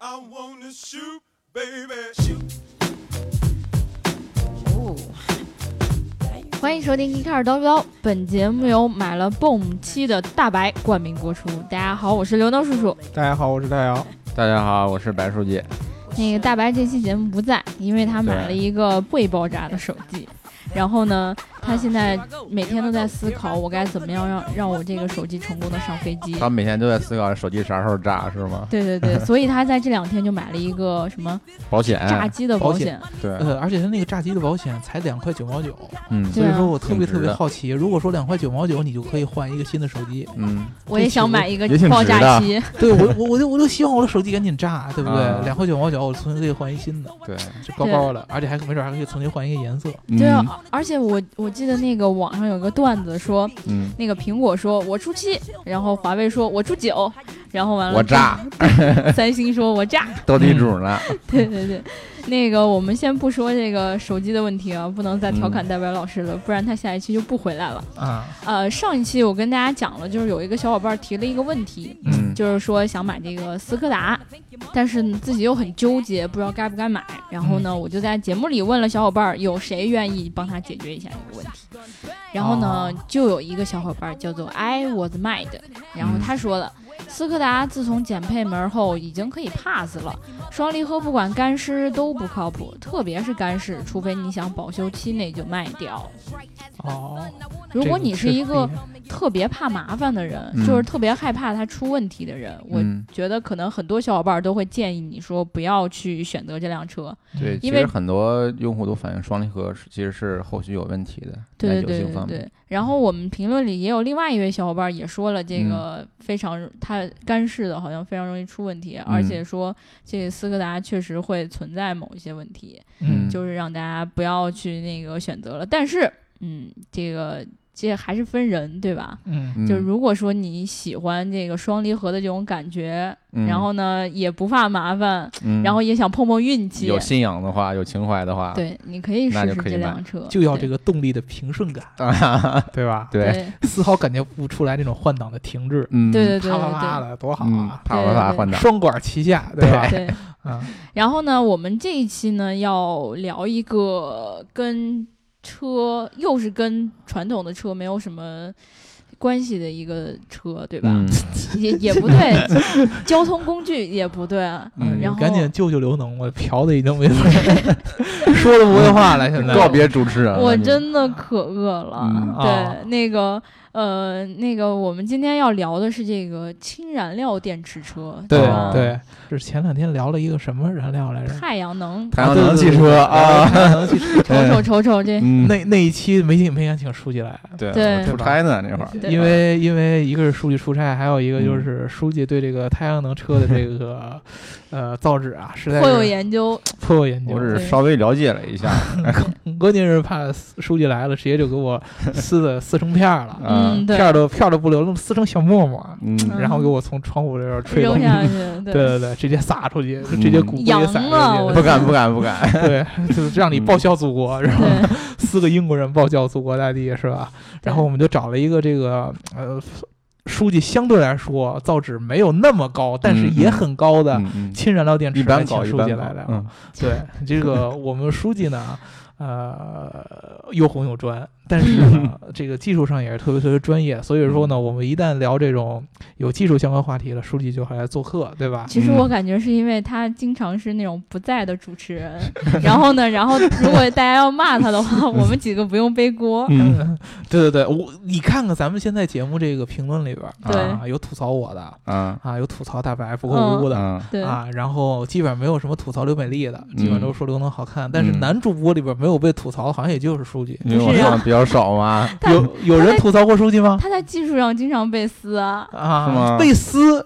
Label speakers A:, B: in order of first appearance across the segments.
A: I wanna shoot, baby, shoot.
B: 欢迎收听《一开始叨不叨》，本节目由买了 BOOM 七的大白冠名播出。大家好，我是刘能叔叔。
C: 大家好，我是大姚。
D: 大家好，我是白书记。
B: 那个大白这期节目不在，因为他买了一个未爆炸的手机。然后呢，他现在每天都在思考，我该怎么样让让我这个手机成功的上飞机。
D: 他每天都在思考手机啥时候炸，是吗？
B: 对对 对，所以他在这两天就买了一个什么
D: 保险，
B: 炸机的保
C: 保
B: 险，
D: 对，
C: 呃，而且他那个炸鸡的保险才两块九毛九，
D: 嗯
B: 对啊
C: 所以说我特别
D: 挺值
C: 特
D: 的
C: 别好奇，如果说两块九毛九你就可以换一个新的手 机，
D: 嗯，
B: 我也想买一个
D: 也挺值的
B: 爆炸机。
C: 对我我我就我就希望我的手机赶紧炸，对不
D: 啊
C: 对？两块九毛九我重新可以换一新的，
D: 对，
C: 就高高的，而且还没准还可以重新换一个颜色。
B: 对啊
D: 嗯，
B: 而且我我记得那个网上有个段子说，
D: 嗯，
B: 那个苹果说我出七，然后华为说我出九，然后完了
D: 嗯我炸，
B: 三星说我炸，
D: 斗地主呢，
B: 对对对，那个我们先不说这个手机的问题啊，不能再调侃戴白老师了，
D: 嗯
B: 不然他下一期就不回来了。
C: 啊，
B: 呃，上一期我跟大家讲了，就是有一个小伙伴提了一个问题，
D: 嗯
B: 就是说想买这个斯柯达，但是自己又很纠结，不知道该不该买。然后呢，我就在节目里问了小伙伴儿，有谁愿意帮他解决一下这个问题？然后呢，就有一个小伙伴儿叫做 I was mad，然后他说了。斯柯达自从减配门后已经可以 pass 了，双离合不管干湿都不靠谱，特别是干式，除非你想保修期内就卖掉。
C: 哦，
B: 如果
C: 这
B: 你是
C: 确
B: 一
C: 实
B: 个
C: 厉害
B: 特别怕麻烦的人，
D: 嗯
B: 就是特别害怕他出问题的人，
D: 嗯
B: 我觉得可能很多小伙伴都会建议你说不要去选择这辆车。
D: 对，其
B: 因为
D: 实很多用户都反映双离合是其实是后续有问题的，
B: 对
D: 在
B: 对对嗯
D: 油性
B: 对
D: 方面，
B: 对。然后我们评论里也有另外一位小伙伴也说了，这个非常他干式的好像非常容易出问
D: 嗯
B: 题，而且说这斯柯达确实会存在某一些问题，
C: 嗯
D: 嗯
B: 就是让大家不要去那个选择了。但是，嗯，这个这还是分人，对吧？
C: 嗯，
D: 嗯
B: 就如果说你喜欢这个双离合的这种感觉，然后呢也不怕麻烦，
D: 嗯
B: 然后也想碰碰运气，啊
D: 有信仰的话，有情怀的话，
B: 对，你可以试
D: 啊那就
B: 试
D: 可以
B: 这
D: 买
B: 辆车，
C: 就要这
B: 个
C: 个动力的平顺感，
D: 啊，
C: 对吧？
B: 对
D: 对，
C: 丝毫感觉不出来那种换挡的停滞，
D: 嗯，
B: 对对对
C: 啪啪啪
B: 对
C: 的多好
D: 嗯，
C: 啊！
D: 啪啪啪
B: 对对
D: 换挡，
C: 双管齐下，对吧？
B: 对对。
C: 啊，
B: 然后呢，我们这一期呢要聊一个跟车又是跟传统的车没有什么关系的一个车，对吧？
D: 嗯，
B: 也也不对， 交通工具也不对啊。
D: 嗯
C: 你
B: 然后
C: 赶紧救救刘能，我瓢的已经没说的不会话了，现 在
D: 告别主持人了，
B: 我
D: 你
B: 真的可饿了。
D: 嗯
B: 对，
C: 啊
B: 那个呃，那个我们今天要聊的是这个氢燃料电池车，
C: 对啊
B: 吧
C: 对，这是前两天聊了一个什么燃料来着？
B: 太阳能。
D: 太阳能汽车
C: 啊，
D: 啊，
C: 太阳能汽车。
B: 瞅瞅瞅瞅这，
D: 嗯，
C: 那那一期没请没敢请书记来，
D: 对
B: 对
D: 我出差呢那会儿，
B: 对
C: 因为因为一个是书记出差，还有一个就是书记对这个太阳能车的这个呃造纸啊，实在
B: 颇有
C: 是
B: 研究，
C: 颇有研究
D: 我。只是稍微了解了一 下，
C: 关键是怕书记来了，直接就给我撕的撕成片儿了，
D: 啊
B: 嗯，对
C: 片，儿都片儿都不留，那么撕成小沫沫，
D: 嗯
C: 然后给我从窗户这边吹
B: 扔
C: 过去。
B: 下去，
C: 对，对对，直接撒出去，就直接骨
B: 扬
C: 灰撒
B: 了我
C: 出
D: 不
C: 去，
D: 敢不敢不敢，
C: 对，就是让你报效祖国，然后
B: 对，
C: 四个英国人报效祖国大地是吧？然后我们就找了一个这个呃，书记相对来说造纸没有那么高，但是也很高的
D: 嗯嗯
C: 氢燃料电池
D: 一
C: 来
D: 般
C: 请
D: 搞一
C: 书记
D: 般
C: 来聊啊
D: 搞，。嗯，
C: 对，这个我们书记呢，呃，又红又专，但是 呢，这个技术上也是特别特别专业，所以说呢，我们一旦聊这种有技术相关话题了，书记就还来做客，对吧？
B: 其实我感觉是因为他经常是那种不在的主持人，然后呢，然后如果大家要骂他的话，我们几个不用背锅，
C: 嗯，对对对，我你看看咱们现在节目这个评论里边儿，
B: 对
C: 啊，有吐槽我的，
D: 啊
C: 啊，有吐槽大白不够污的、
D: 啊，
B: 对，
C: 啊，然后基本上没有什么吐槽刘美丽的，基本上都说刘能好看，但是
D: 嗯
C: 男主播里边没有被吐槽的，好像也就是啊书记。
D: 因为我上的比较少 嘛，
B: 他
C: 有有人吐槽过书记吗？
B: 他在技术上经常被撕啊，
D: 是
C: 啊，
D: 吗
C: 贝斯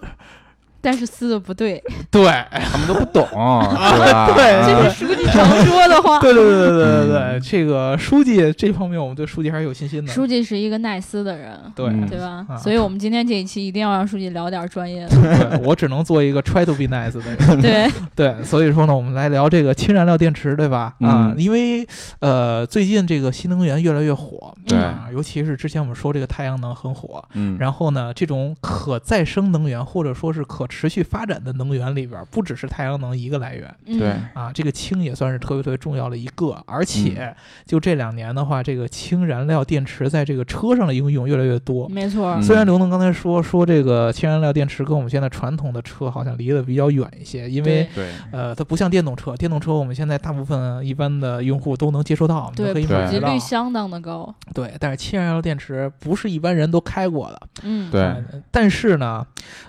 B: 但是撕的不对，
C: 对。
D: 他们都不懂，对吧？
B: 这是书记常说的话。
C: 啊 对对对对对对对，
D: 嗯
C: 这个书记这方面我们对书记还是有信心的。
B: 书记是一个耐撕的人，
C: 对，
D: 嗯
B: 对吧？
C: 啊
B: 所以我们今天这一期一定要让书记聊点专业的。
C: 对我只能做一个 try to be nice 的人。
B: 对，
C: 对，所以说呢，我们来聊这个氢燃料电池，对吧？啊，
D: 嗯
C: 因为呃，最近这个新能源越来越火，
D: 对
C: 啊，尤其是之前我们说这个太阳能很火，
D: 嗯，
C: 然后呢，这种可再生能源或者说是可持续发展的能源里边儿，不只是太阳能一个来源
B: 嗯
D: 对
C: 啊，这个氢也算是特别特别重要的一个。而且
B: 嗯
C: 就这两年的话，这个氢燃料电池在这个车上的应
B: 嗯
C: 用越来越多。
B: 没错儿，
D: 嗯
C: 虽然刘能刚才说说这个氢燃料电池跟我们现在传统的车好像离得比较远一些，因为
B: 对
D: 对
C: 呃，它不像电动车，电动车我们现在大部分一般的用户都能接收到，我们都
B: 对
C: 可以
D: 普
C: 买
B: 普及
C: 得到
B: 率。相当的高，
C: 对，但是氢燃料电池不是一般人都开过的。
B: 嗯，
D: 对
C: 呃但是呢，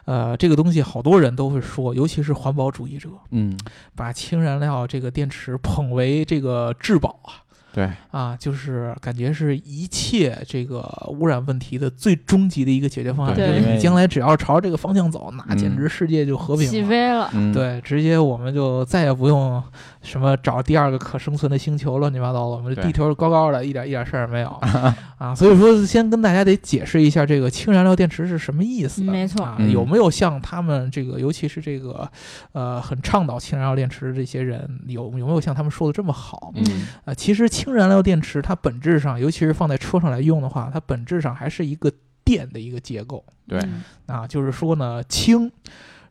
C: 呃，这个东西好多人都会说，尤其是环保主义者，
D: 嗯
C: 把氢燃料这个电池捧为这个至宝啊。
D: 对
C: 啊，就是感觉是一切这个污染问题的最终极的一个解决方案。
B: 对
C: 就是
D: 因为
C: 你将来只要朝这个方向走，那简直世界就和平
B: 起
C: 了。
B: 飞了，
D: 嗯
C: 对，直接我们就再也不用什么找第二个可生存的星球乱七八糟了，我们这
D: 对
C: 地球高高的，一点一点事儿没有 啊。所以说，先跟大家得解释一下这个氢燃料电池是什么意思，
B: 没错
C: 啊，
D: 嗯
C: 有没有像他们这个，尤其是这个呃很倡导氢燃料电池的这些人，有有没有像他们说的这么好？
D: 嗯
C: 啊，其实氢燃料电池它本质上，尤其是放在车上来用的话，它本质上还是一个电的一个结构。
D: 对
B: 嗯
C: 啊，就是说呢，氢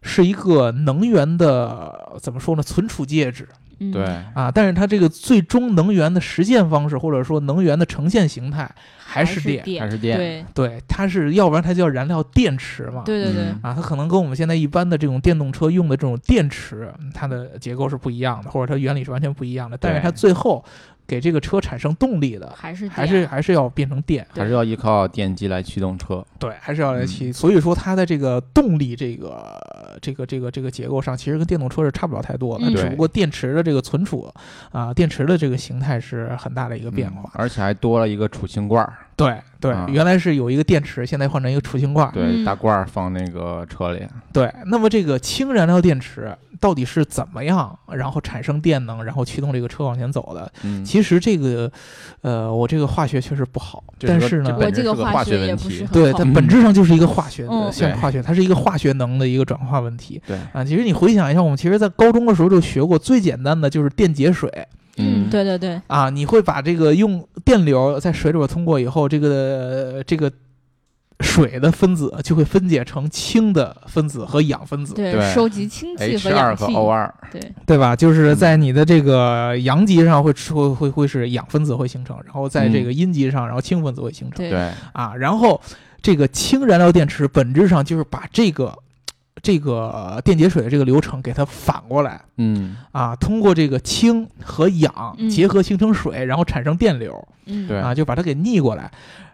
C: 是一个能源的呃怎么说呢，存储介质
B: 嗯
D: 对
C: 啊，但是它这个最终能源的实现方式，或者说能源的呈现形态，
B: 还
C: 还是电
D: 还
B: 电，
D: 是电
B: 对
C: 对，它是要不然它叫燃料电池嘛，
B: 对对对
D: 嗯，
C: 啊，它可能跟我们现在一般的这种电动车用的这种电池，嗯它的结构是不一样的，或者它原理是完全不一样的，但是它
D: 对
C: 最后给这个车产生动力的，
B: 还是
C: 还
B: 电
C: 是还是要变成电。
D: 还是要依靠电机来驱动车。
C: 对，还是要来
D: 嗯
C: 骑。所以说，它在这个动力这个这个这个这个结构上，其实跟电动车是差不了太多的，
B: 嗯
C: 只
D: 对
C: 不过电池的这个存储啊、电池的这个形态是很大的一个变
D: 嗯
C: 化。
D: 而且还多了一个储氢罐儿，
C: 对对、
D: 啊
C: 原来是有一个电池，现在换成一个储氢罐。
D: 对，
B: 嗯
D: 大罐儿放那个车里。
C: 对，那么这个氢燃料电池到底是怎么样，然后产生电能，然后驱动这个车往前走的？
D: 嗯，
C: 其实这个，呃，我这个化学确实不好，
D: 这
C: 但
D: 是个
C: 是呢
D: 这，本
B: 我这
D: 身
B: 个
D: 是个化学
B: 学也
D: 问
B: 不
D: 题
B: 是很
C: 对，
B: 好
C: 它本质上就是一个化学
B: 嗯
C: 的，像
D: 对
C: 化学，它是一个化学能的一个转化问题。
D: 对
C: 啊，其实你回想一下，我们其实在高中的时候就学过，最简单的就是电解水
B: 嗯，对对对，
C: 啊，你会把这个用电流在水里边通过以后，这个这个水的分子就会分解成氢的分子和氧分子，
B: 对，
D: 对
B: 收集氢气
D: ，H
B: 和
D: 二
B: 氧
D: 和
B: 气，
D: O 二，
B: 对，
C: 对吧？就是
D: 嗯
C: 在你的这个阳极上会会会会是氧分子会形成，然后在这
D: 嗯
C: 个阴极上，然后氢分子会形成。
B: 对
D: 对，
C: 啊，然后这个氢燃料电池本质上就是把这个这个电解水的这个流程给它反过来
D: 嗯，
C: 啊，通过这个氢和氧
B: 嗯
C: 结合形成水，然后产生电流
B: 嗯，
D: 对
C: 啊，就把它给逆过来。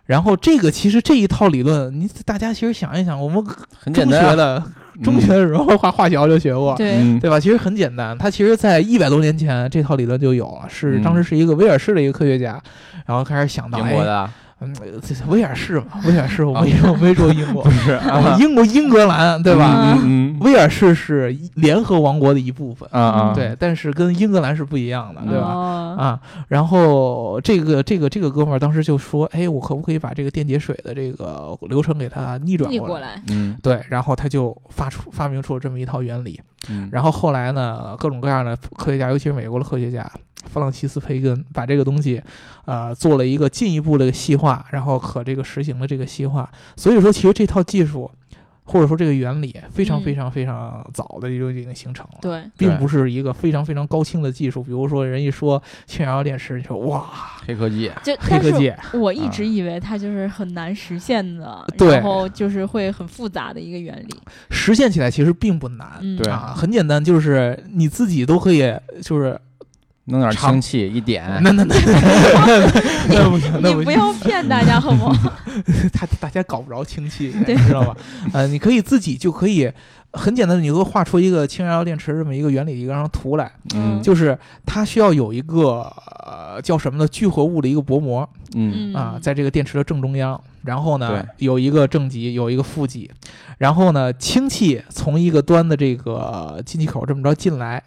C: 然后这个其实这一套理论，你大家其实想一想，我们
D: 很
C: 中
D: 简
C: 学
D: 单啊。
C: 的中学的时候化化学就学过，
B: 对，
D: 嗯，
C: 对吧？其实很简单，它其实在一百多年前这套理论就有了，是
D: 嗯
C: 当时是一个威尔士的一个科学家，然后开始想到，
D: 英国
C: 哎，
D: 的啊
C: 嗯，这是威尔士嘛，威尔士我没说我没说英国
D: 不，是
C: 啊
D: 啊，
C: 英国英格兰对吧？
D: 嗯嗯嗯
C: 威尔士是联合王国的一部分，
B: 嗯
D: 啊啊，
C: 对，但是跟英格兰是不一样的，对吧？
B: 吧？
C: 啊，然后这个这个这个哥们儿当时就说，哎，我可不可以把这个电解水的这个流程给它逆转
B: 逆
C: 过
B: 过
C: 来？
B: 来，
D: 嗯，
C: 对，然后他就发出发明出了这么一套原理，
D: 嗯，
C: 然后后来呢，各种各样的科学家，尤其是美国的科学家弗朗西斯·培根，把这个东西，呃，做了一个进一步的细化，然后可这个实行了这个细化。所以说，其实这套技术或者说这个原理，非常
B: 嗯
C: 非常非常早的就已经形成了。
B: 对，
C: 并不是一个非常非常高清的技术，比如说人一说氢燃料电池，你说哇，
D: 黑科技，
B: 就
C: 黑
B: 但
C: 科
B: 是
C: 技，嗯
B: 我一直以为它就是很难实现的，
C: 对
B: 然后就是会很复杂的一个原理，
C: 实现起来其实并不难、
B: 嗯，
D: 对
C: 啊，很简单，就是你自己都可以，就是
D: 弄点
C: 长
D: 氢气一点，
C: 那那那那不行，那
B: 你
C: 不
B: 不
C: 行，
B: 要骗大家好吗？
C: 他大家搞不着氢气，
B: 对
C: 你知道吧？呃，你可以自己就可以很简单的，你会画出一个氢燃料电池这么一个原理的一个张图来，
D: 嗯
C: 就是它需要有一个呃叫什么呢聚合物的一个薄膜
D: 嗯
B: 嗯
C: 啊、在这个电池的正中央，然后呢
D: 对
C: 有一个正极，有一个负极，然后呢氢气从一个端的这个进气口这么着进来。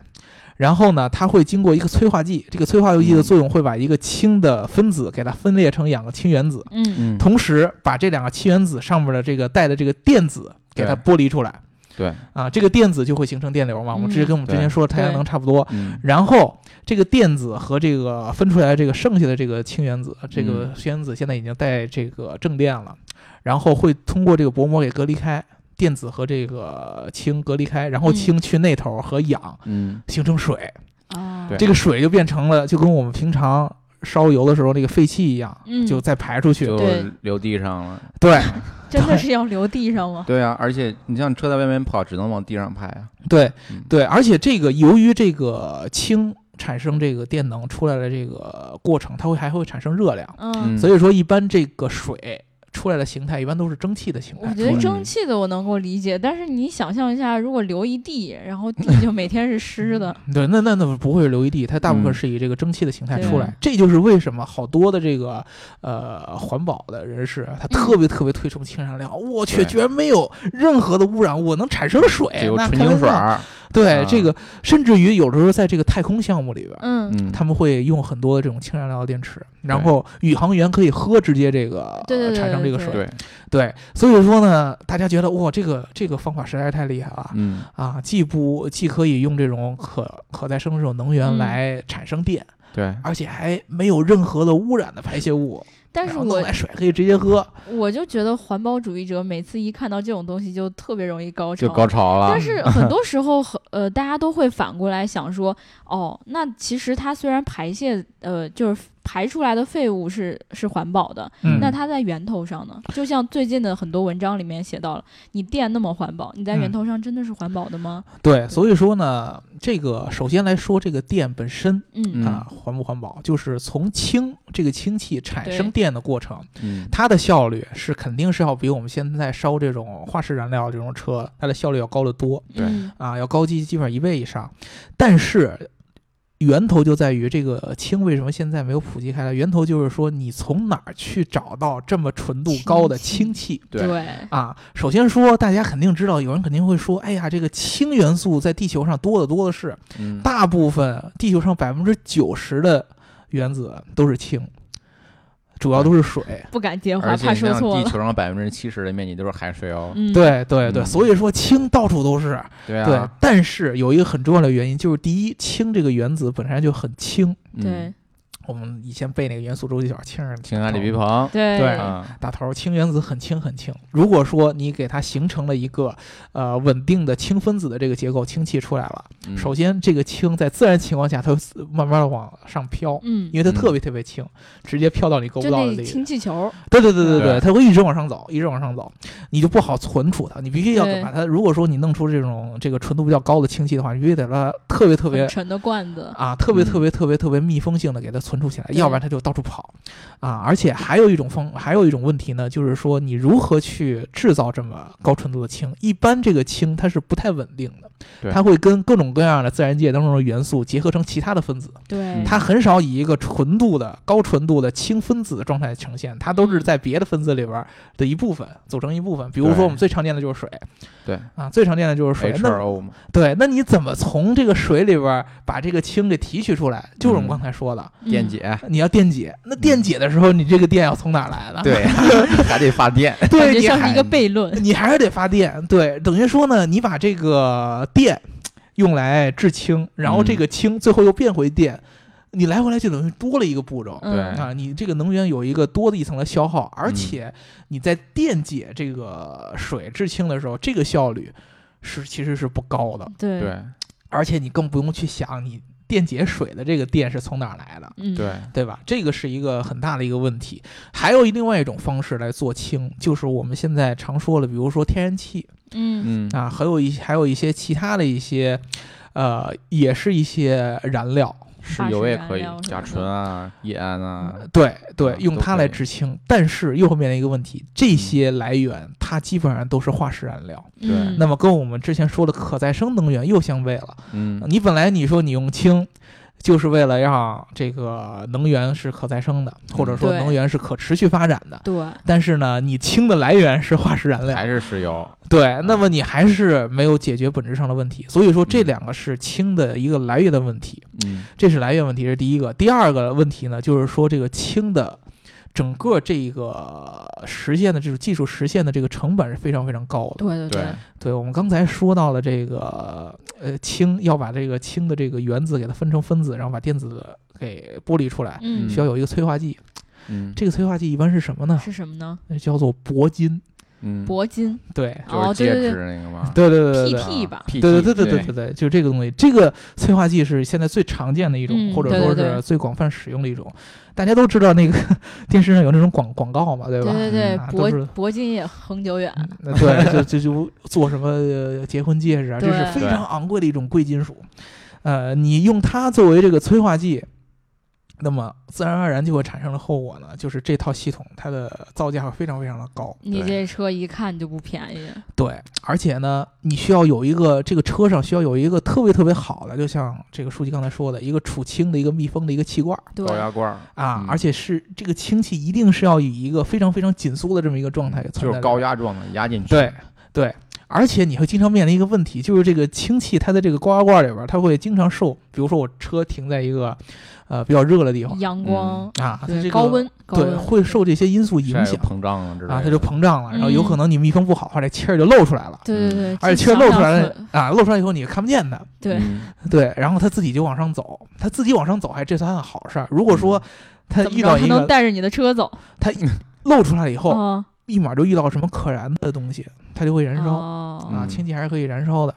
C: 然后呢，它会经过一个催化剂，这个催化剂的
D: 嗯
C: 作用会把一个氢的分子给它分裂成两个氢原子，
B: 嗯，
D: 嗯，
C: 同时把这两个氢原子上面的这个带的这个电子给它剥离出来。
D: 对
C: 啊，这个电子就会形成电流嘛。我们之前
B: 嗯
C: 跟我们之前说的太阳能差不多。
D: 嗯
C: 然后这个电子和这个分出来的这个剩下的这个氢原子，这个
D: 嗯
C: 氢原子现在已经带这个正电了，然后会通过这个薄膜给隔离开。电子和这个氢隔离开，然后
B: 嗯
C: 氢去那头和氧
D: 嗯，
C: 形成水，
B: 啊，
D: 对
C: 这个水就变成了就跟我们平常烧油的时候那个废气一样，
B: 嗯
C: 就再排出去。
D: 就
B: 对
D: 流地上了。
C: 对
B: 真的是要留地上吗？
D: 对啊，而且你像车在外面跑，只能往地上拍啊。
C: 对
D: 嗯
C: 对，而且这个由于这个氢产生这个电能出来的这个过程，它会还会产生热量，
B: 嗯，
C: 所以说一般这个水出来的形态一般都是蒸汽的形
B: 我
C: 态出
B: 觉
C: 来。
B: 得
D: 嗯
B: 蒸汽的我能够理解，但是你想象一下，如果留一地，然后地就每天是湿的，
C: 对，那那那不会是流一地，它大部分
D: 嗯
C: 是以这个蒸汽的形态
B: 对
C: 出来，这就是为什么好多的这个呃环保的人士，啊他特别特别推崇氢燃料。我
D: 嗯
C: 去，
D: 对
C: 居然没有任何的污染物能产生水，
D: 这有
C: 那
D: 纯
C: 开
D: 净
C: 玩
D: 水
C: 笑。
D: 儿，
C: 对、
D: 啊
C: 这个，甚至于有的时候在这个太空项目里边，
B: 嗯，
D: 嗯，
C: 他们会用很多的这种氢燃料的电池，然后宇航员可以喝直接这个
B: 对对对
C: 产生这个
B: 对
C: 水。
D: 对，
C: 对所以说呢，大家觉得哇，这个这个方法实在是太厉害了。
D: 嗯，
C: 啊，既不既可以用这种可可再生这种能源
B: 嗯
C: 来产生电，
D: 对，
C: 而且还没有任何的污染的排泄物，
B: 但是
C: 然后弄
B: 我
C: 来水可以直接喝。
B: 我就觉得环保主义者每次一看到这种东西就特别容易高潮，
D: 就高潮了
B: 但。是很多时候，很呃，大家都会反过来想说，哦，那其实它虽然排泄，呃，就是排出来的废物是是环保的，
D: 嗯
B: 那它在源头上呢？就像最近的很多文章里面写到了，你电那么环保，你在源
C: 嗯
B: 头上真的是环保的吗？
C: 对，所以说呢，这个首先来说这个电本身
B: 嗯
D: 嗯
C: 啊环不环保，就是从氢这个氢气产
B: 对
C: 生电的过程，
D: 嗯，
C: 它的效率是肯定是要比我们现在烧这种化石燃料这种车它的效率要高得多。
D: 对
B: 嗯
C: 啊，要高级基本上一倍以上。但是源头就在于这个氢为什么现在没有普及开来？源头就是说你从哪儿去找到这么纯度高的氢气？
D: 对
B: 对
C: 啊，首先说，大家肯定知道，有人肯定会说，哎呀，这个氢元素在地球上多的多的是，
D: 嗯
C: 大部分地球上百分之九十的原子都是氢，主要都是水。
B: 不敢接话，
D: 而且
B: 怕
D: 你
B: 说
D: 像
B: 错
D: 地
B: 了。
D: 球上百分之七十的面积都是海水哦。
B: 嗯，，
C: 对对对，
D: 嗯
C: 所以说氢到处都是，
D: 对
C: 对
D: 啊，，
C: 但是有一个很重要的原因，就是第一，氢这个原子本身就很轻。
D: 嗯
B: 对，
C: 我们以前背那个元素周期表，氢是
D: 请阿里
C: 比
D: 皮蓬。
B: 对
C: 对
D: 啊，
C: 打头，氢原子很轻很轻。如果说你给它形成了一个呃稳定的氢分子的这个结构，氢气出来了。
D: 嗯
C: 首先，这个氢在自然情况下，它会慢慢的往上飘，
B: 嗯
C: 因，为它
D: 嗯
C: 特别特别轻，直接飘到你够不
B: 就
C: 到的
B: 那
C: 地
B: 氢
C: 方。
B: 气球，
C: 对对对对
D: 对
C: 它会一直往上走，一直往上走，你就不好存储它，你必须要
B: 对
C: 把它。如果说你弄出这种这个纯度比较高的氢气的话，你必须得把它特别特别
B: 很沉的罐子，
C: 啊，特别
D: 嗯
C: 特别特别特别密封性的给它存储起来，
B: 对
C: 要不然它就到处跑啊。而且还有一种方，还有一种问题呢，就是说你如何去制造这么高纯度的氢？一般这个氢它是不太稳定的，
D: 对
C: 它会跟各种各样的自然界当中的元素结合成其他的分子，
B: 对，
D: 嗯
B: 嗯
C: 它很少以一个纯度的高纯度的氢分子的状态呈现，它都是在别的分子里边儿的一部分组成一部分。比如说
D: 对
C: 我们最常见的就是水，
D: 对
C: 啊，最常见的就是水。
D: H
C: 那
D: R O 嘛，
C: 对，那你怎么从这个水里边儿把这个氢给提取出来？就是我们刚才说的，
B: 嗯
D: 电解，
C: 你要电解。那电解的时候，你这个电要从哪儿来 的？
D: 对，还得发电。
B: 感觉
C: 对，你
B: 像是一
C: 还
B: 个悖论。
C: 你还是得发电。对，等于说呢，你把这个电用来制氢，然后这
D: 嗯
C: 个氢最后又变回电，你来回来去等于多了一个步骤。
B: 嗯
D: 对
C: 啊，你这个能源有一个多的一层的消耗，而且你在电解这个水制氢的时候，这个效率是其实是不高的。
B: 对嗯
D: 对
C: 而且你更不用去想你电解水的这个电是从哪儿来的，
B: 嗯
D: 对，
C: 对吧？这个是一个很大的一个问题。还有另外一种方式来做氢，就是我们现在常说的，比如说天然气
B: 嗯
D: 嗯
C: 啊，还有一还有一些其他的一些，呃，也是一些燃料。
D: 石
B: 化
D: 油
B: 石
D: 也
B: 燃
D: 可以
B: 料，什
D: 甲
B: 么的
D: 醇啊、乙胺啊，
C: 对对
D: 啊，
C: 用
D: 都
C: 它
D: 可
C: 来
D: 以嗯
C: 制氢，但是又会面临一个问题，这些来源它基本上都是化石燃料，
D: 对
B: 嗯
C: 那么跟我们之前说的可再生能源又相悖了。
D: 嗯，
C: 你本来你说你用氢，就是为了让这个能源是可再生的，
D: 嗯
C: 或者说
B: 对
C: 能源是可持续发展的。
B: 对
C: 但是呢，你氢的来源是化石
B: 嗯
C: 燃料，
D: 还是石油，
C: 对，那么你还是没有解决本质上的问题。所以说，这
D: 嗯
C: 两个是氢的一个来源的问题，
D: 嗯
C: 这是来源问题，这是第一个。第二个问题呢，就是说这个氢的。整个这个实现的这种技术实现的这个成本是非常非常高的，
B: 对对
D: 对
B: 对，
C: 对，我们刚才说到了这个呃氢，要把这个氢的这个原子给它分成分子，然后把电子给剥离出来，
B: 嗯
C: 需要有一个催化剂。
D: 嗯
C: 这个催化剂一般是什么呢？
B: 是什么呢？
C: 那叫做铂金。
D: 嗯，
B: 铂金，
C: 对，
D: 就
B: 哦，
D: 是戒
B: 对对
D: 指
B: 对
D: 那个嘛，啊
C: 对对对对对。
B: ，PP 吧，
D: 对
C: 对对对对对对对，就这个东西，这个催化剂是现在最常见的一种，
B: 嗯
C: 或者
B: 对
C: 说
B: 对
C: 是
B: 对
C: 最广泛使用的一种。大家都知道那个电视上有那种广广告嘛，对吧？
B: 对对，
C: 啊都是
B: 铂铂金也恒久远，
D: 嗯
C: 那对，就就就做什么呃结婚戒指啊，这是
B: 对
C: 非常昂贵的一种贵金属。呃，你用它作为这个催化剂，那么自然而然就会产生的后果呢，就是这套系统它的造价会非常非常的高。
B: 你
D: 对
B: 这车一看就不便宜，
C: 对，而且呢，你需要有一个这个车上需要有一个特别特别好的，就像这个书记刚才说的，一个储氢的一个密封的一个气罐儿
B: 对，
D: 高压罐儿
C: 啊，
D: 嗯
C: 而且是这个氢气一定是要以一个非常非常紧缩的这么一个状态存在
D: 就是
C: 的
D: 高压状的压进去，
C: 对对，而且你会经常面临一个问题，就是这个氢气它在这个高压罐里边儿，它会经常受，比如说我车停在一个呃比较热的地方
D: 嗯
B: 阳光，
C: 啊，它
B: 对
C: 这个
B: 高温，高
C: 对
B: 温
C: 会受这些因素影
D: 晒
C: 响
D: 膨胀了之类的，
C: 啊，它就膨胀了，然后有可
B: 嗯
C: 能你密封不好的话，这气儿就漏出来了。
B: 对对对，
C: 而
B: 这
C: 且气儿
B: 想
C: 漏
B: 想
C: 出来了
B: 很，
C: 啊，漏出来以后你也看不见的，
B: 对，
D: 嗯
C: 对，然后它自己就往上走，它自己往上走还这算好事儿。如果说它
B: 怎么
C: 遇
B: 着
C: 到
B: 还
C: 一
B: 能
C: 个
B: 带着你的车走？
C: 它漏出来以后，
B: 哦，
C: 立马就遇到什么可燃的东西，它就会燃烧。
B: 哦，
C: 啊，
D: 嗯
C: 氢气还是可以燃烧的。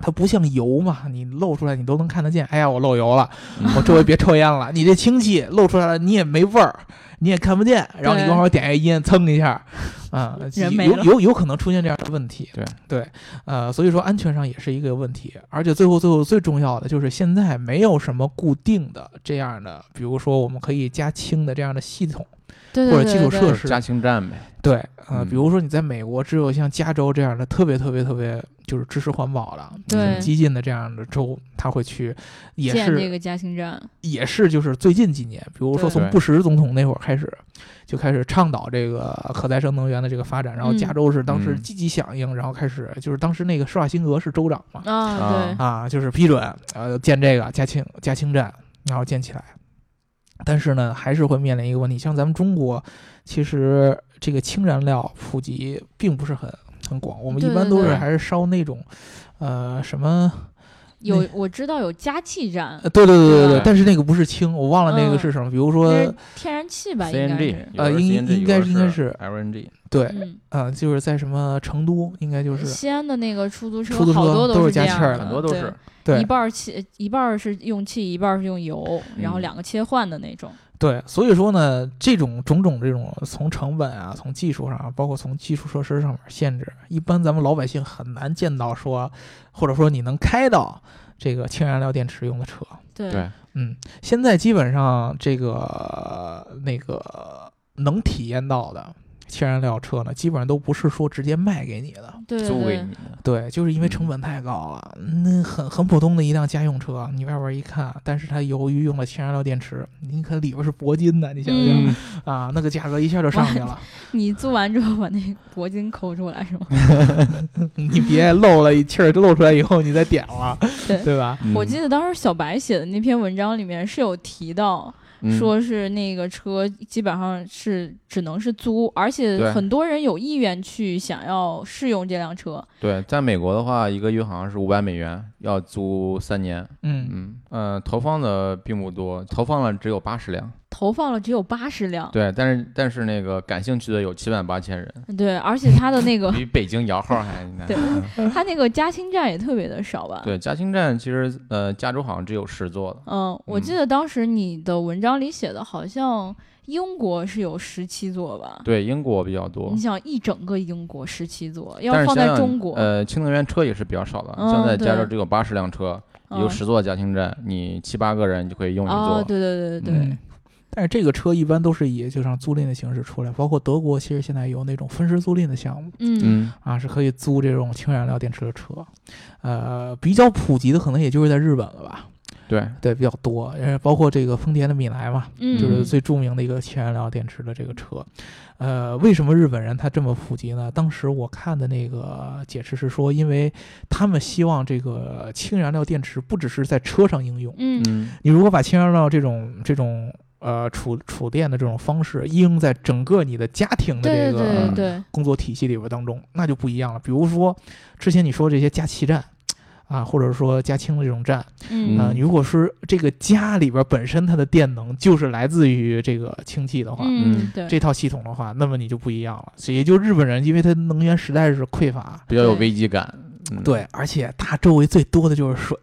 C: 它不像油嘛，你漏出来你都能看得见。哎呀，我漏油了，我周围别抽烟了。你这氢气漏出来了，你也没味儿，你也看不见。然后你
B: 对
C: 刚好点一烟，蹭一下，啊、
B: 人没
C: 有
B: 了
C: 有有可能出现这样的问题。
D: 对
C: 对，呃，所以说安全上也是一个问题。而且最后最后最重要的就是现在没有什么固定的这样的，比如说我们可以加氢的这样的系统。
B: 对
C: 或
B: 对
C: 者基
B: 对
C: 础
B: 对
C: 设
D: 就
B: 对，
C: 施
D: 是加氢站呗，
C: 对，呃，
D: 嗯
C: 比如说你在美国，只有像加州这样的特别特别特别就是支持环保的、
B: 对
C: 很激进的这样的州，他会去，也
B: 嗯建这
C: 是啊
B: 个加氢站，
C: 也是就是最近几年，比如说
B: 对
C: 从
D: 对
C: 布什总统那会儿开始，就开始倡导这个可再生能源的这个发展，然后
B: 嗯
C: 加州是当时
D: 嗯
C: 积极响应，然后开始就是当时那个施瓦辛格是州长嘛，
B: 啊，对
D: 啊，
C: 啊，就是批准呃建这个加氢加氢站，然后建起来。但是呢，还是会面临一个问题，像咱们中国，其实这个氢燃料普及并不是很很广，我们一
B: 对
C: 般
B: 对
C: 都是
D: 对
C: 还是烧那种，呃，什么，
B: 有我知道有加气站
C: 呃，，对对对对
D: 对
C: 对，但是那个不是氢，我忘了那个
B: 嗯
C: 是什么，比如说，
B: 那是天然气吧，应该
D: CNG
B: 是，
D: 有的
C: 呃
D: 是
C: 应
D: CNG
C: 应该
D: 有
C: 是
D: 的
C: 应该
D: 是
C: 是
D: LNG，
C: 对，
B: 嗯，
C: 呃，就是在什么成都，应该就是，
B: 西安的那个出租车
C: 出租车
B: 好多
C: 都是
B: 是这
C: 加气
B: 样
C: 儿
B: 的，
C: 的
D: 很多都是
B: 对，
C: 对
B: 一半儿气，一半儿是用气，一半儿是用油，然后
D: 嗯
B: 两个切换的那种，
C: 对，所以说呢，这种种种这种从成本啊，从技术上啊，包括从基础设施上面限制，一般咱们老百姓很难见到说，或者说你能开到这个氢燃料电池用的车。
B: 对
D: 对
C: 嗯，现在基本上这个那个能体验到的氢燃料车呢，基本上都不是说直接卖给你的，
B: 对对
D: 租给
B: 对
D: 你的，
C: 对，就是因为
B: 嗯
C: 成本太高了。那很很普通的一辆家用车，你外边一看，但是它由于用了氢燃料电池，你可里边是铂金的，你想想、
B: 嗯
C: 啊，那个价格一下就上去了。
B: 你租完之后把那个铂金抠出来是吗？
C: 你别漏了气儿漏出来以后，你再点了，
B: 对
C: 对吧？
D: 嗯
B: 我记得当时小白写的那篇文章里面是有提到，
D: 嗯
B: 说是那个车基本上是只能是租，而且
D: 对
B: 很多人有意愿去想要试用这辆车。
D: 对，在美国的话，一个月好像是五百美元，要租三年。
C: 嗯，
D: 嗯，呃，投放的并不多，投放了只有八十辆。
B: 投放了只有八十辆，
D: 对，但是但是那个感兴趣的有七万八千人，
B: 对，而且它的那个
D: 比北京摇号还难。
B: 啊对它那个加氢站也特别的少吧？
D: 对，嘉兴站其实呃，加州好像只有十座的。
B: 嗯，我记
D: 嗯
B: 得当时你的文章里写的好像英国是有十七座吧？
D: 对，英国比较多
B: 你。想一整个英国十七座，嗯要
D: 但是
B: 放
D: 想
B: 在
D: 想
B: 中国，
D: 呃，氢能源车也是比较少的，
B: 嗯
D: 像在加州
B: 对
D: 只有八十辆车，
B: 嗯
D: 呃有十座加氢站，你七八个人就可以用一
B: 啊，
D: 座。
B: 对对对对对
C: 嗯，但是这个车一般都是以就像租赁的形式出来，包括德国其实现在有那种分时租赁的项目
B: 嗯
D: 嗯，
C: 啊，是可以租这种氢燃料电池的车。呃，比较普及的可能也就是在日本了吧，
D: 对，
C: 对，比较多，呃，包括这个丰田的米莱嘛，
B: 嗯，
C: 就是
B: 嗯
C: 最著名的一个氢燃料电池的这个车。呃，为什么日本人他这么普及呢？当时我看的那个解释是说，因为他们希望这个氢燃料电池不只是在车上应用，
B: 嗯
D: 嗯，
C: 你如果把氢燃料这种这种呃储储电的这种方式应用在整个你的家庭的
B: 对
C: 这
B: 对对
C: 个
B: 对对，
C: 工作体系里边当中，那就不一样了。比如说之前你说这些加气站。啊，或者说家清的这种站
B: 嗯
C: 啊、
D: 嗯
C: 如果是这个家里边本身它的电能就是来自于这个氢气的话，
B: 嗯
D: 嗯
B: 对，
C: 这套系统的话，那么你就不一样了。所以也就日本人，因为他能源实在是匮乏，
D: 比较有危机感。嗯，
C: 对，而且他周围最多的就是水，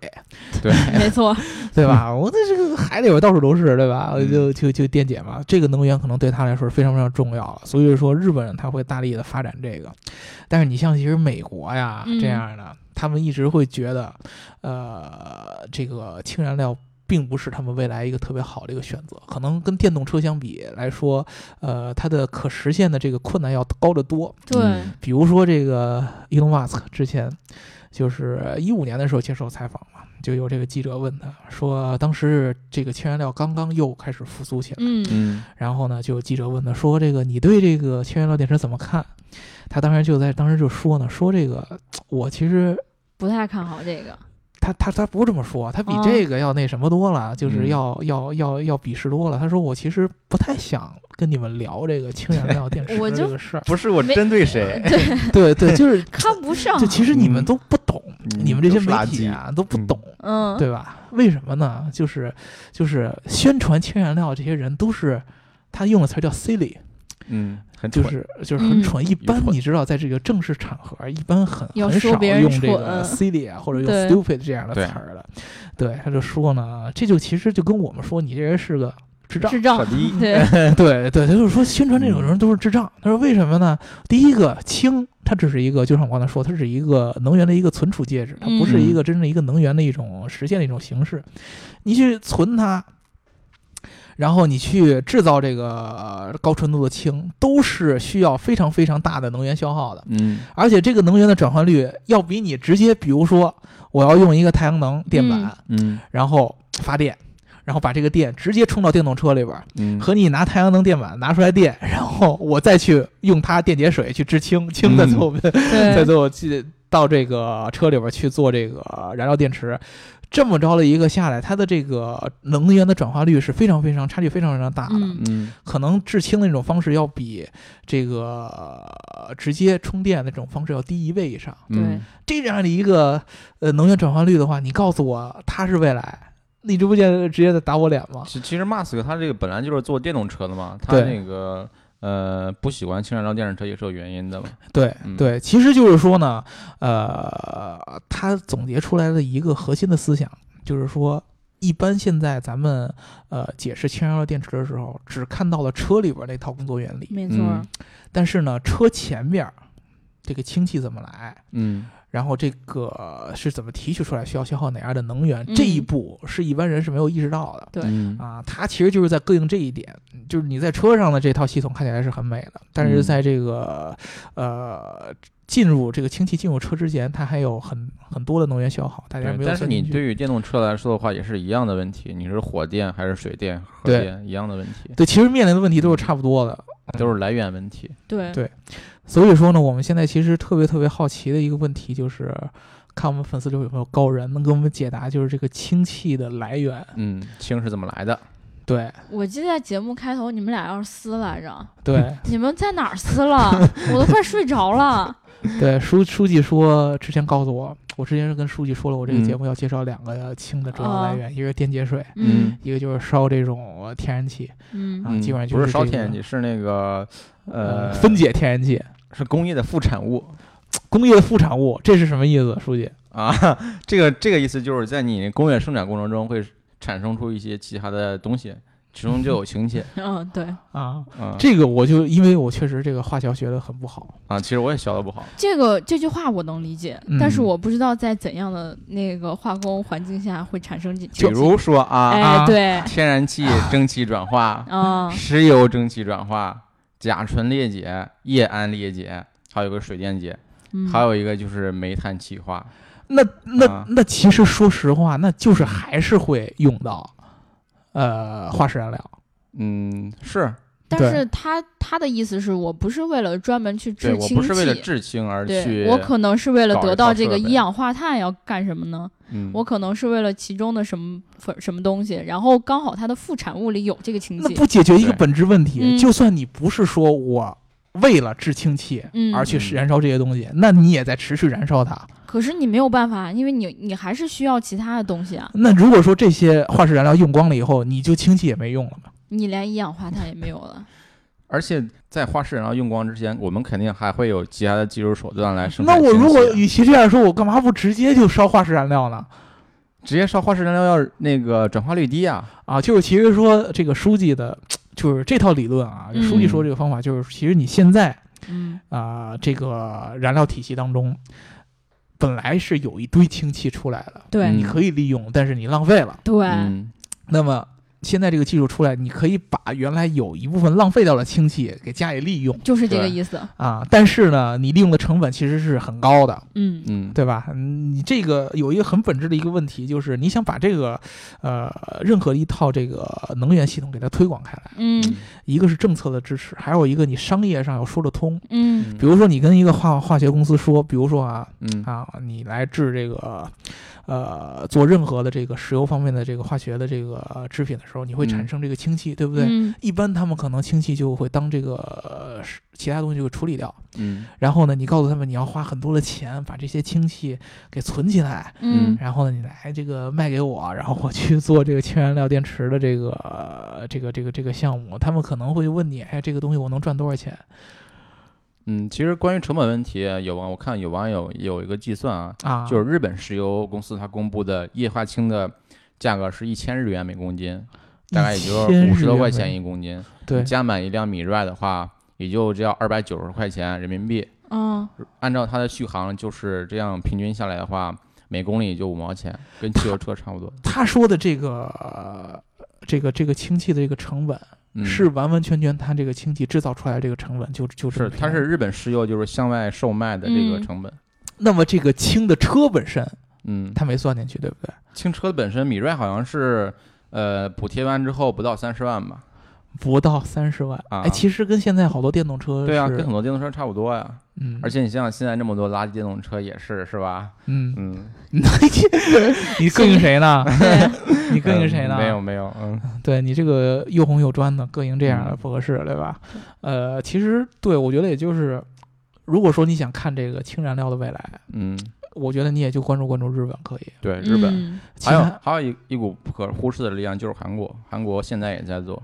D: 对，
B: 没错，
C: 对吧？我在这个海里边到处都是，对吧？
D: 嗯
C: 就就就电解嘛，这个能源可能对他来说是非常非常重要的。所以说，日本人他会大力的发展这个。但是你像其实美国呀、
B: 嗯
C: 这样的，他们一直会觉得，呃，这个氢燃料。并不是他们未来一个特别好的一个选择，可能跟电动车相比来说，呃，它的可实现的这个困难要高得多。
B: 对，
D: 嗯
C: 比如说这个 Elon Musk 之前就是一五年的时候接受采访嘛，就有这个记者问他说，当时这个氢燃料刚刚又开始复苏起来，
B: 嗯
D: 嗯
C: 然后呢，就有记者问他说，这个你对这个氢燃料电池怎么看？他当时就在当时就说呢，说这个我其实。
B: 不太看好这个，
C: 他他他不这么说，他比
B: 哦
C: 这个要那什么多了，就是
D: 嗯
C: 要要要要鄙视多了。他说我其实不太想跟你们聊这个氢燃料电池
B: 我
C: 的
B: 就
C: 这个事儿。
D: 不是我
B: 没
D: 针对谁，
C: 对对，就是
B: 看不上
C: 就，其实你们
D: 嗯
C: 都不懂，
D: 嗯
C: 你们这些
D: 都是
C: 媒
D: 垃
C: 体
D: 圾
C: 啊都不
D: 嗯
C: 懂，
B: 嗯，
C: 对吧？为什么呢？就是就是宣传氢燃料这些人都是。他用的词儿叫 silly，
D: 嗯，很
C: 就
D: 蠢，
C: 是就是很
B: 嗯
C: 蠢。一般
D: 蠢
C: 你知道，在这个正式场合，一般很
B: 要
C: 很
B: 说
C: 少
B: 别人
C: 用这个
B: 蠢
C: silly 啊，或者用
B: 对
C: stupid 这样的
D: 对
C: 词儿的。对，他就说呢，这就其实就跟我们说你这人是个智障，
B: 智障
D: 傻，逼
B: 对，
C: 对对，他就是说宣传这种人都是智障。他说为什么呢？第一个氢，它只是一个，就像我刚才说，它是一个能源的一个存储介质，它不是一个真正一个能源的一种实现的一种形式。你去存它，然后你去制造这个高纯度的氢，都是需要非常非常大的能源消耗的，
D: 嗯
C: 而且这个能源的转换率要比你直接，比如说我要用一个太阳能电板，
B: 嗯
D: 嗯
C: 然后发电。然后把这个电直接充到电动车里边，
D: 嗯，
C: 和你拿太阳能电板拿出来电，然后我再去用它电解水去制氢，氢再最后、 再
B: 对，
C: 最后去到这个车里边去做这个燃料电池。这么着的一个下来，它的这个能源的转化率是非常非常差距非常非常大的，
B: 嗯
D: 嗯
C: 可能制氢的那种方式要比这个呃直接充电那种方式要低一倍以上。
B: 对
D: 嗯，
C: 这样的一个呃能源转换率的话，你告诉我它是未来，你这不就直接在打我脸吗？
D: 其其实 Mask 他这个本来就是做电动车的嘛，他
C: 对
D: 那个呃不喜欢氢燃料电动车也是有原因的嘛。
C: 对
D: 嗯
C: 对，其实就是说呢，呃，他总结出来的一个核心的思想，就是说，一般现在咱们呃解释氢燃料电池的时候，只看到了车里边那套工作原理，
B: 没错，
D: 嗯
C: 但是呢，车前边儿这个氢气怎么来，
D: 嗯
C: 然后这个是怎么提取出来，需要消耗哪样的能源，这一
B: 嗯
C: 步是一般人是没有意识到的。
B: 对
D: 嗯
C: 啊，它其实就是在膈应这一点，就是你在车上的这套系统看起来是很美的，但是
D: 嗯
C: 在这个、呃进入这个氢气进入车之前，它还有很很多的能源消耗，大家
D: 对
C: 没有
D: 但是
C: 算
D: 你
C: 进去
D: 对于电动车来说的话，也是一样的问题，你是火电还是水电、核
C: 对
D: 电一样的问题，
C: 对，其实面临的问题都是差不多的。
D: 都是来源问题。
B: 对
C: 对所以说呢，我们现在其实特别特别好奇的一个问题就是，看我们粉丝里有没有高人能给我们解答，就是这个氢气的来源。
D: 嗯，氢是怎么来的？
C: 啊对
B: 我记得在节目开头你们俩要是撕来着，
C: 对
B: 你们在哪儿撕了？我都快睡着了。
C: 对，书书记说之前告诉我，我之前是跟书记说了，我这个
D: 嗯
C: 节目要介绍两个氢的主要来
B: 哦
C: 源，一个是电解水。
B: 嗯
C: 一个就是烧这种呃天然气，
B: 嗯
C: 啊
D: 嗯，
C: 基本上就
D: 不
C: 是
D: 烧
C: 这
D: 天然
C: 个嗯
D: 气，是那个呃
C: 分，解天然气，
D: 是工业的副产物。
C: 工业的副产物，这是什么意思，书记？
D: 啊， 这个这个意思就是在你工业生产过程中会产生出一些其他的东西，其中就有氢 气。
B: 嗯，对，
C: 啊，
D: 啊
C: 这个我就因为我确实这个化学学的很不好，
D: 啊，其实我也学的不好。
B: 这个这句话我能理解，
C: 嗯
B: 但是我不知道在怎样的那个化工环境下会产生这，
D: 比如说啊，
B: 哎，对，
D: 天然 气蒸汽转化、
B: 啊，
D: 石油蒸汽转化、甲醇裂解、液氨裂解，还有个水电解，
B: 嗯
D: 还有一个就是煤炭气化。
C: 那那、
D: 啊
C: 那其实说实话，那就是还是会用到，呃，化石燃料。
D: 嗯，是
B: 但
C: 对
B: 是他他的意思是我不是为了专门去
D: 对
B: 制
D: 我
B: 氢
D: 不是为了
B: 气，
D: 制氢而去
B: 对，我可能是为了
D: 搞一
B: 得
D: 套
B: 到这
D: 设
B: 个
D: 备
B: 一氧化碳要干什么呢？
D: 嗯
B: 我可能是为了其中的什么粉什么东西，然后刚好它的副产物里有这个氢
C: 那
B: 气，
C: 不解决一个
D: 对
C: 本质问题，
B: 嗯
C: 就算你不是说我为了制氢气
B: 嗯
D: 嗯
C: 而去燃烧这些东西，那你也在持续燃烧它。
B: 可是你没有办法，因为你你还是需要其他的东西啊，
C: 那如果说这些化石燃料用光了以后，你就氢气也没用了嘛？
B: 你连一氧化碳也没有了。
D: 而且在化石燃料用光之前，我们肯定还会有其他的技术手段来生
C: 那
D: 产氢气
C: 我
D: 啊。
C: 如果与其这样说，我干嘛不直接就烧化石燃料呢？
D: 直接烧化石燃料，要那个转化率低啊。
C: 啊，就是其实说这个书记的，就是这套理论啊，
B: 嗯
C: 书记说这个方法就是，其实你现在
B: 嗯
C: 啊、这个燃料体系当中，本来是有一堆氢气出来的，
B: 对
C: 你可以利用，但是你浪费了。
B: 对，
D: 嗯，
C: 那么现在这个技术出来，你可以把原来有一部分浪费掉的氢气给加以利用
B: 就是这个
D: 对
B: 意思。
C: 啊，但是呢，你利用的成本其实是很高的。
B: 嗯，
D: 嗯，
C: 对吧？嗯你这个有一个很本质的一个问题，就是你想把这个，呃，任何一套这个能源系统给它推广开来，
B: 嗯
C: 一个是政策的支持，还有一个你商业上要说得通。
B: 嗯
C: 比如说你跟一个化化学公司说，比如说啊
D: 嗯
C: 啊，你来制这个，呃，做任何的这个石油方面的这个化学的这个呃制品的时候，你会产
D: 嗯
C: 生这个氢气，对不对？
B: 嗯
C: 一般他们可能氢气就会当这个呃是其他东西就会处理掉，
D: 嗯
C: 然后呢，你告诉他们你要花很多的钱把这些氢气给存起来，
B: 嗯
C: 然后呢，你来这个卖给我，然后我去做这个氢燃料电池的这个、呃这个这个这个项目，他们可能会问你，哎，这个东西我能赚多少钱
D: 嗯，其实关于成本问题，有网我看有网友有一个计算啊，
C: 啊？
D: 就是日本石油公司它公布的液化氢的价格是一千日元每公斤，大概也就
C: 1000
D: 五十多
C: 日元
D: 块
C: 吧
D: 钱一公斤。
C: 对，
D: 加满一辆米 r 的话，也就只要二百九十块钱人民币。
B: 嗯，
D: 按照它的续航就是这样平均下来的话，每公里也就五毛钱，跟汽油车差不多。
C: 他说的这个、呃这个这个氢气的这个成本，
D: 嗯、
C: 是完完全全他这个氢气制造出来的这个成本，就就是是
D: 它是。日本石油就是向外售卖的这个
B: 嗯
D: 成本。
C: 那么这个氢的车本身，
D: 嗯，
C: 他没算进去，对不对？
D: 轻车本身米 r 好像是呃补贴完之后不到三十万吧？
C: 不到三十万，
D: 啊
C: 哎，其实跟现在好多电动车
D: 对啊，
C: 嗯是
D: 跟很多电动车差不多呀、
C: 嗯，
D: 而且你想想现在这么多垃圾电动车也是是吧？
C: 嗯，
D: 嗯，
C: 你膈应谁呢？
B: 嗯 对，
C: 你膈应谁呢？
D: 嗯没有，没有，嗯
C: 对你这个又红又专的，膈应这样的
D: 嗯
C: 不合适，对吧？呃，其实对我觉得也就是，如果说你想看这个氢燃料的未来，
D: 嗯，
C: 我觉得你也就关注关注日本可以。
D: 对，日本。
B: 嗯
C: 其
D: 还有
C: 他
D: 还有一一股不可忽视的力量就是韩国，韩国现在也在做，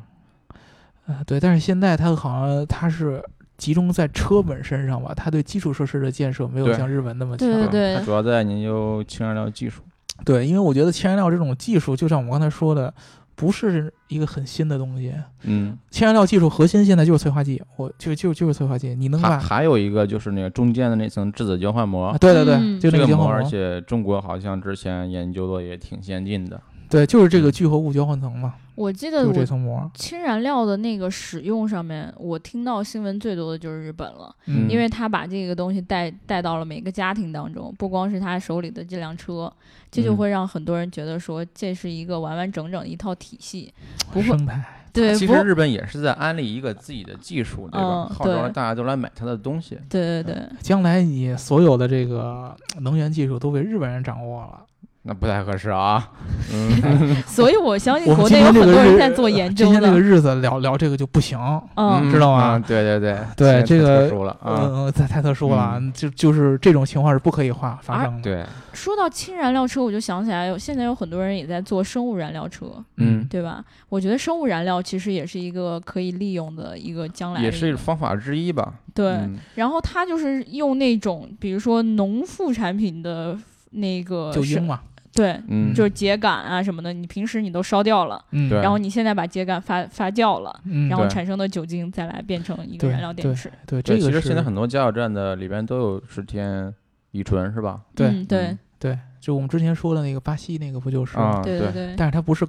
C: 呃，对，但是现在它好像它是集中在车本身上吧，它对基础设施的建设没有
D: 对
C: 像日本那么强。
B: 对
D: 吧
B: 对
D: 它主要在研究氢燃料技术，
C: 对因为我觉得氢燃料这种技术，就像我们刚才说的，不是一个很新的东西。
D: 嗯，
C: 氢燃料技术核心现在就是催化剂，我就就就是催化剂，你能
D: 还
C: 把
D: 还有一个就是那个中间的那层质子交换膜
C: 啊，，对对对，
B: 嗯
C: 就那
D: 这
C: 个
D: 个
C: 交换
D: 膜，
C: 膜
D: 而且中国好像之前研究的也挺先进的，
C: 对，就是这个聚合物交换层嘛，
B: 我记得
C: 就
B: 我
C: 这层膜，
B: 氢燃料的那个使用上面，我听到新闻最多的就是日本了，
D: 嗯
B: 因为他把这个东西带带到了每个家庭当中，不光是他手里的这辆车，这就
D: 嗯
B: 会让很多人觉得说这是一个完完整整的一套体系，不会
C: 生态，
B: 对，
D: 其
B: 不
D: 实日本也是在安利一个自己的技术，对吧？
B: 嗯
D: 号召
B: 对
D: 大家都来买它的东西，
B: 对对对，
C: 将来你所有的这个呃能源技术都被日本人掌握了。
D: 那不太合适啊，嗯
B: 所以我 相信
C: 我们
B: 国
C: 今
B: 内有很
C: 天这个
B: 多人
C: 日
B: 在做研究
C: 今天这个
B: 的，
C: 日子聊聊这个就不行，
B: 嗯，
C: 知道吗
D: 啊对对对，
C: 对
D: 现在
C: 这
D: 太特
C: 个
D: 殊了啊，
C: 嗯，太太特殊了，就就是这种情况是不可以发发生的。，
D: 对，
B: 说到氢燃料车，我就想起来有现在有很多人也在做生物燃料车，
D: 嗯，
B: 对吧？我觉得生物燃料其实也是一个可以利用的一个将来的
D: 也
B: 一
D: 是
B: 个
D: 方法之一吧，
B: 对。
D: 嗯
B: 然后它就是用那种比如说农副产品的那个
C: 就
B: 是
C: 英嘛，
B: 对，
D: 嗯，
B: 就是秸秆啊什么的，你平时你都烧掉了，
C: 嗯，
D: 对
B: 然后你现在把秸秆发发酵了。
C: 嗯，
B: 然后
D: 对
B: 产生的酒精再来变成一个
C: 对
B: 燃料电
C: 对
B: 池，
D: 对
C: 对这个
D: 其实
C: 是
D: 现在很多加油站的里边都有十天乙醇是吧？
C: 对
B: 嗯对
D: 嗯
C: 对，就我们之前说的那个巴西那个不就是吗？
D: 啊，
B: 对对
C: 但是它不是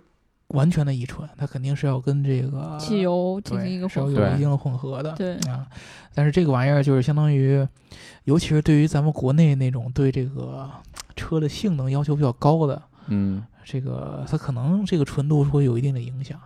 C: 完全的乙醇，它肯定是要跟这个
B: 汽油进
C: 对
B: 行一个
C: 是要
B: 混
C: 有
B: 合，
C: 一定的混合的。
B: 对
C: 啊，但是这个玩意儿就是相当于，尤其是对于咱们国内那种对这个车的性能要求比较高的，
D: 嗯，
C: 这个它可能这个纯度会有一定的影响。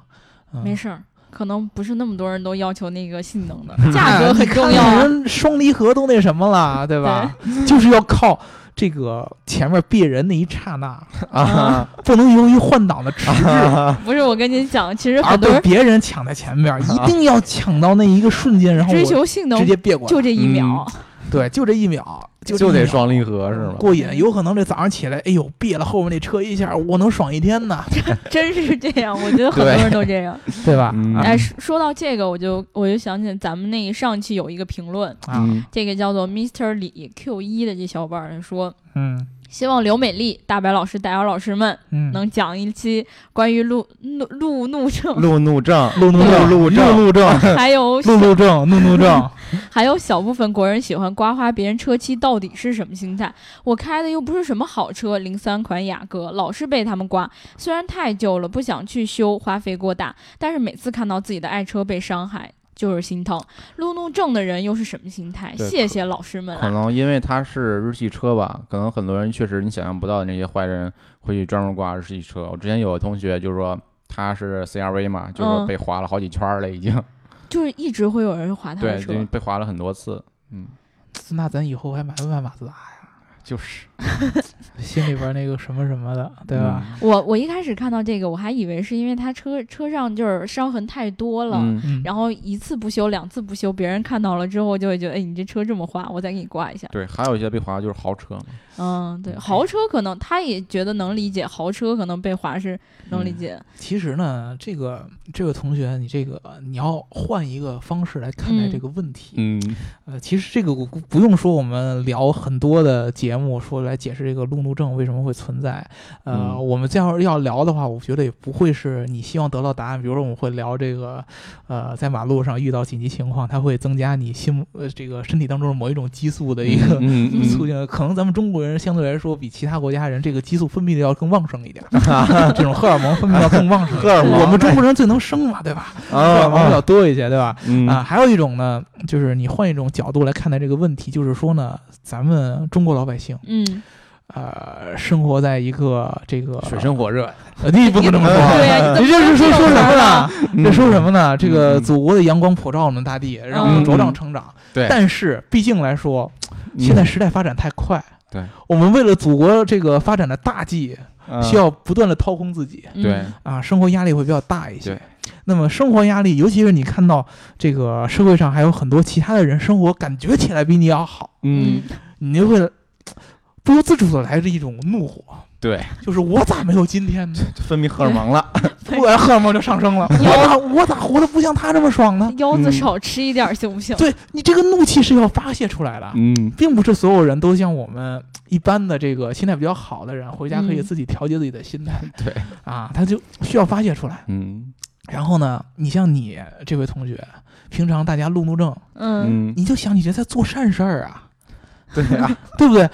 C: 嗯、
B: 没
C: 事，
B: 事儿，可能不是那么多人都要求那个性能的，
C: 嗯
B: 价格很重 要啊。
C: 人双离合都那什么了，对吧？就是要靠这个前面别人那一刹那啊，不能由于换挡的迟 滞
B: 不是，我跟你讲，其实
C: 而
B: 很多
C: 被
B: 人
C: 别人抢在前面， 一定要抢到那一个瞬间，然后
B: 追
C: 我
B: 求性能
C: 直接别过来
B: 就。这一秒，
C: 对，就这一秒，就
D: 就
C: 这一
D: 得
C: 秒
D: 双离合是吗？
C: 嗯过瘾，有可能这早上起来，哎呦，别了后面那车一下，我能爽一天呢，
B: 真是这样，我觉得很多人都这样。
C: 对吧？
D: 嗯
C: 啊
B: 哎，说说到这个，我就我就想起咱们那一上期有一个评论，
C: 啊，
B: 这个叫做 Mr 李 Q 一的这小伙伴儿说，
C: 嗯
B: 希望刘美丽、大白老师、大姚老师们
C: 嗯，
B: 能讲一期关于路怒路怒症，
D: 路怒症，
C: 路怒症，
D: 路怒 症
C: 路怒症，
B: 还有
C: 路怒症，路怒症，
B: 还有小部分国人喜欢刮花别人车漆，到底是什么心态？我开的又不是什么好车，零三款雅阁，老是被他们刮。虽然太旧了，不想去修，花费过大，但是每次看到自己的爱车被伤害，就是心疼。路怒症的人又是什么心态？
D: 对
B: 谢谢老师们
D: 可
B: 啊！
D: 能因为它是日系车吧，可能很多人确实你想象不到的那些坏人会去专门刮日系车。我之前有个同学就说他是 CRV 嘛，就说
B: 嗯
D: 被划了好几圈儿了已经，
B: 就是一直会有人划他的
D: 对，
B: 车
D: 就，被划了很多次。嗯，
C: 那咱以后还买不买马自达呀？
D: 就是
C: 心里边那个什么什么的，对吧？？
B: 我我一开始看到这个，我还以为是因为他车车上就是伤痕太多了。
D: 嗯，
C: 嗯，
B: 然后一次不修，两次不修，别人看到了之后就会觉得，哎，你这车这么花，我再给你刮一下。
D: 对，还有一些被划就是豪车嘛，
B: 嗯，对，豪车可能他也觉得能理解，豪车可能被划是能理
D: 嗯
B: 解。
C: 其实呢，这个这个同学，你这个你要换一个方式来看待
B: 嗯
C: 这个问题。
D: 嗯，
C: 呃，其实这个我不用说，我们聊很多的节目说来解释这个路怒症为什么会存在。呃，
D: 嗯
C: 我们这样要聊的话，我觉得也不会是你希望得到答案。比如说，我们会聊这个，呃，在马路上遇到紧急情况，它会增加你心目呃这个身体当中的某一种激素的一个。
D: 嗯嗯嗯
C: 促进了可能咱们中国人相对来说比其他国家人这个激素分泌的要更旺盛 一点，这种荷尔蒙分泌要更旺盛一点。
D: 荷尔蒙
C: 我们中国人最能生嘛，对吧？
D: 啊
C: 荷尔蒙比较多一些，对吧？
D: 嗯
C: 啊，还有一种呢，就是你换一种角度来看待这个问题，就是说呢，咱们中国老百姓，
B: 嗯，
C: 呃，生活在一个这个
D: 水深火热，
C: 呃，你不能这么说
B: 对
C: 啊，
B: 呀、你
C: 你
B: 怎
C: 这是
B: 么
C: 说
B: 能这种
C: 说什么
B: 人
C: 呢？这说什么呢？这个
D: 嗯
C: 祖国的阳光普照我们大地，让我
B: 嗯
C: 们茁壮成长。
D: 对
C: 但是毕竟来说，
D: 嗯
C: 现在时代发展太快。
D: 对，
C: 我们为了祖国这个发展的大计，
D: 嗯
C: 需要不断的掏空自己
D: 对
B: 嗯，
C: 啊，生活压力会比较大一些
D: 对。
C: 那么生活压力，尤其是你看到这个社会上还有很多其他的人生活感觉起来比你要好，
D: 嗯
C: 你就会嘖不由自主的来着一种怒火，
D: 对，
C: 就是我咋没有今天呢？
D: 分泌荷尔蒙了，
C: 突然荷尔蒙就 上升了，我咋我咋活得不像他这么爽呢？
B: 腰子
D: 嗯
B: 少吃一点儿行不行？
C: 对你这个怒气是要发泄出来的，
D: 嗯
C: 并不是所有人都像我们一般的这个心态比较好的人，回家可以
B: 嗯
C: 自己调节自己的心态。
D: 对
C: 啊，他就需要发泄出来。
D: 嗯
C: 然后呢，你像你这位同学，平常大家路怒症，
B: 嗯，
D: 嗯，
C: 你就想你这在做善事儿啊，
D: 对啊，
C: 对不对？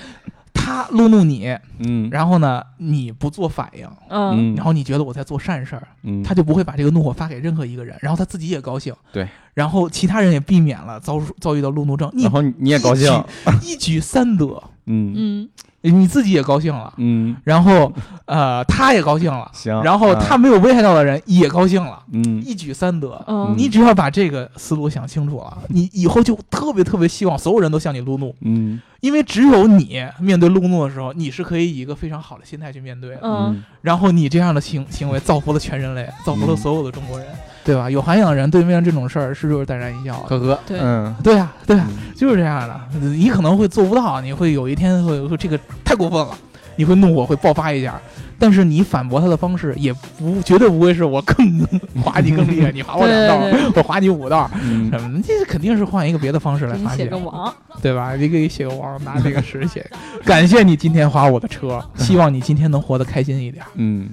C: 他路怒你，
D: 嗯
C: 然后呢，你不做反应，
B: 嗯
D: 嗯，
C: 然后你觉得我在做善事儿，
D: 嗯
C: 他就不会把这个怒火发给任何一个人，然后他自己也高兴，
D: 对，
C: 然后其他人也避免了遭遭遇到路怒症，你
D: 然后你也高兴，
C: 一举三得，
D: 嗯
B: 嗯
C: 你自己也高兴了，
D: 嗯，
C: 然后呃他也高兴了，
D: 行，
C: 然后
D: 嗯
C: 他没有危害到的人也高兴了，
D: 嗯
C: 一举三得。
B: 嗯，
C: 你只要把这个思路想清楚了，你以后就特别特别希望所有人都向你路怒，
D: 嗯
C: 因为只有你面对路怒的时候，你是可以以一个非常好的心态去面对的。
B: 嗯，
C: 然后你这样的行行为造福了全人类，造福了
D: 嗯
C: 所有的中国人，对吧？有涵养的人对面这种事儿是就是淡然一笑的。
D: 呵
C: 啊
D: 呵，
B: 对
D: 嗯
C: 对啊，对啊，
D: 嗯
C: 就是这样的。你可能会做不到，你会有一天会会这个太过分了，你会怒火会爆发一下。但是你反驳他的方式也不绝对不会是我更 划你更厉害，你划我两道
B: 对对
C: 儿，我划你五道儿，
D: 嗯
C: 什么这肯定是换一个别的方式来
B: 给你
C: 发
B: 写
C: 泄
B: 个，王，
C: 对吧？你给写个王，拿这个诗写，感谢你今天划我的车，希望你今天能活得开心一点儿。
D: 嗯，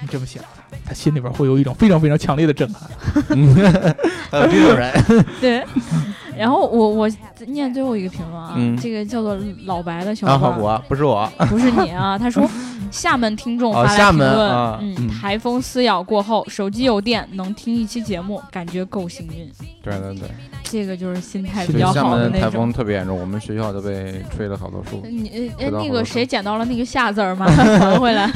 C: 你这么想他，他心里边会有一种非常非常强烈的震撼。
D: 还有这 种人，
B: 对。然后我我念最后一个评论啊，
D: 嗯
B: 这个叫做老白的小
D: 啊，
B: 伙伴儿，
D: 我不是我，
B: 不是你啊，他 说厦门听众发
D: 哦
B: 来
D: 厦
B: 评
D: 门
B: 论，
D: 啊
B: 嗯，
D: 嗯
B: 台风撕咬过后，手机有电，能听一期节目，感觉够幸运。
D: 对对对，
B: 这个就是心态比
C: 是
D: 对
B: 较
D: 厦
B: 好的
D: 门
B: 那
D: 台
B: 种
D: 风。特别严重，我们学校都被吹了好多树。
B: 你呃
D: 回到
B: 那
D: 好
B: 个
D: 多
B: 谁
D: 事
B: 捡到了那个下字儿， 麻烦还回来。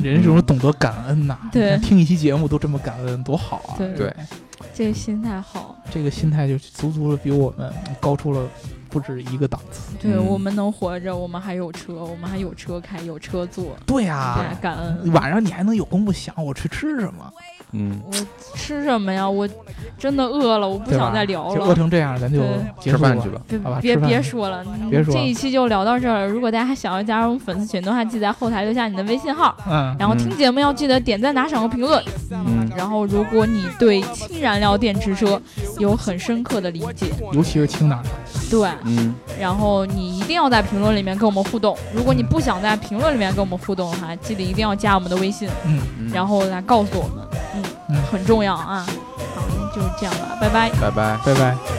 C: 人这种懂得感恩呐、
B: 嗯对
C: 听一期节目都这么感恩，多好啊！
B: 对
D: 对，
B: 这个心态好。
C: 这个心态就足足的比我们高出了不止一个档次。
B: 对、
D: 嗯
B: 我们能活着，我们还有车，我们还有车开，有车坐，
C: 对
D: 啊
B: 对啊
C: 呀、
B: 感恩。
C: 晚上你还能有功夫想我去吃什么，
D: 嗯，
B: 我吃什么呀？我真的饿了，我不
C: 对吧
B: 想再聊
C: 就饿
B: 了。
C: 成这样，咱就
B: 对
C: 结
D: 吃
C: 束
D: 饭去吧。
B: 别
C: 好吧
B: 别
C: 吃饭
B: 别
C: 去嗯
B: 说了，嗯
C: 别说
B: 这
C: 了
B: 一期就聊到这儿了。如果大家想要加入我们粉丝群的话，记得在后台留下你的微信号，
C: 嗯，
B: 然后
D: 嗯
B: 听节目要记得点赞、打赏和评论。
D: 嗯
B: 然后，如果你对氢燃料电池车有很深刻的理解，
C: 尤其是青岛，
B: 对，
D: 嗯，
B: 然后你一定要在评论里面跟我们互动。如果你不想在评论里面跟我们互动的话，记得一定要加我们的微信，
C: 嗯，
D: 嗯
B: 然后来告诉我们，嗯
C: 嗯，
B: 很重要啊。好，就是这样了，拜拜。
D: 拜拜。
C: 拜拜。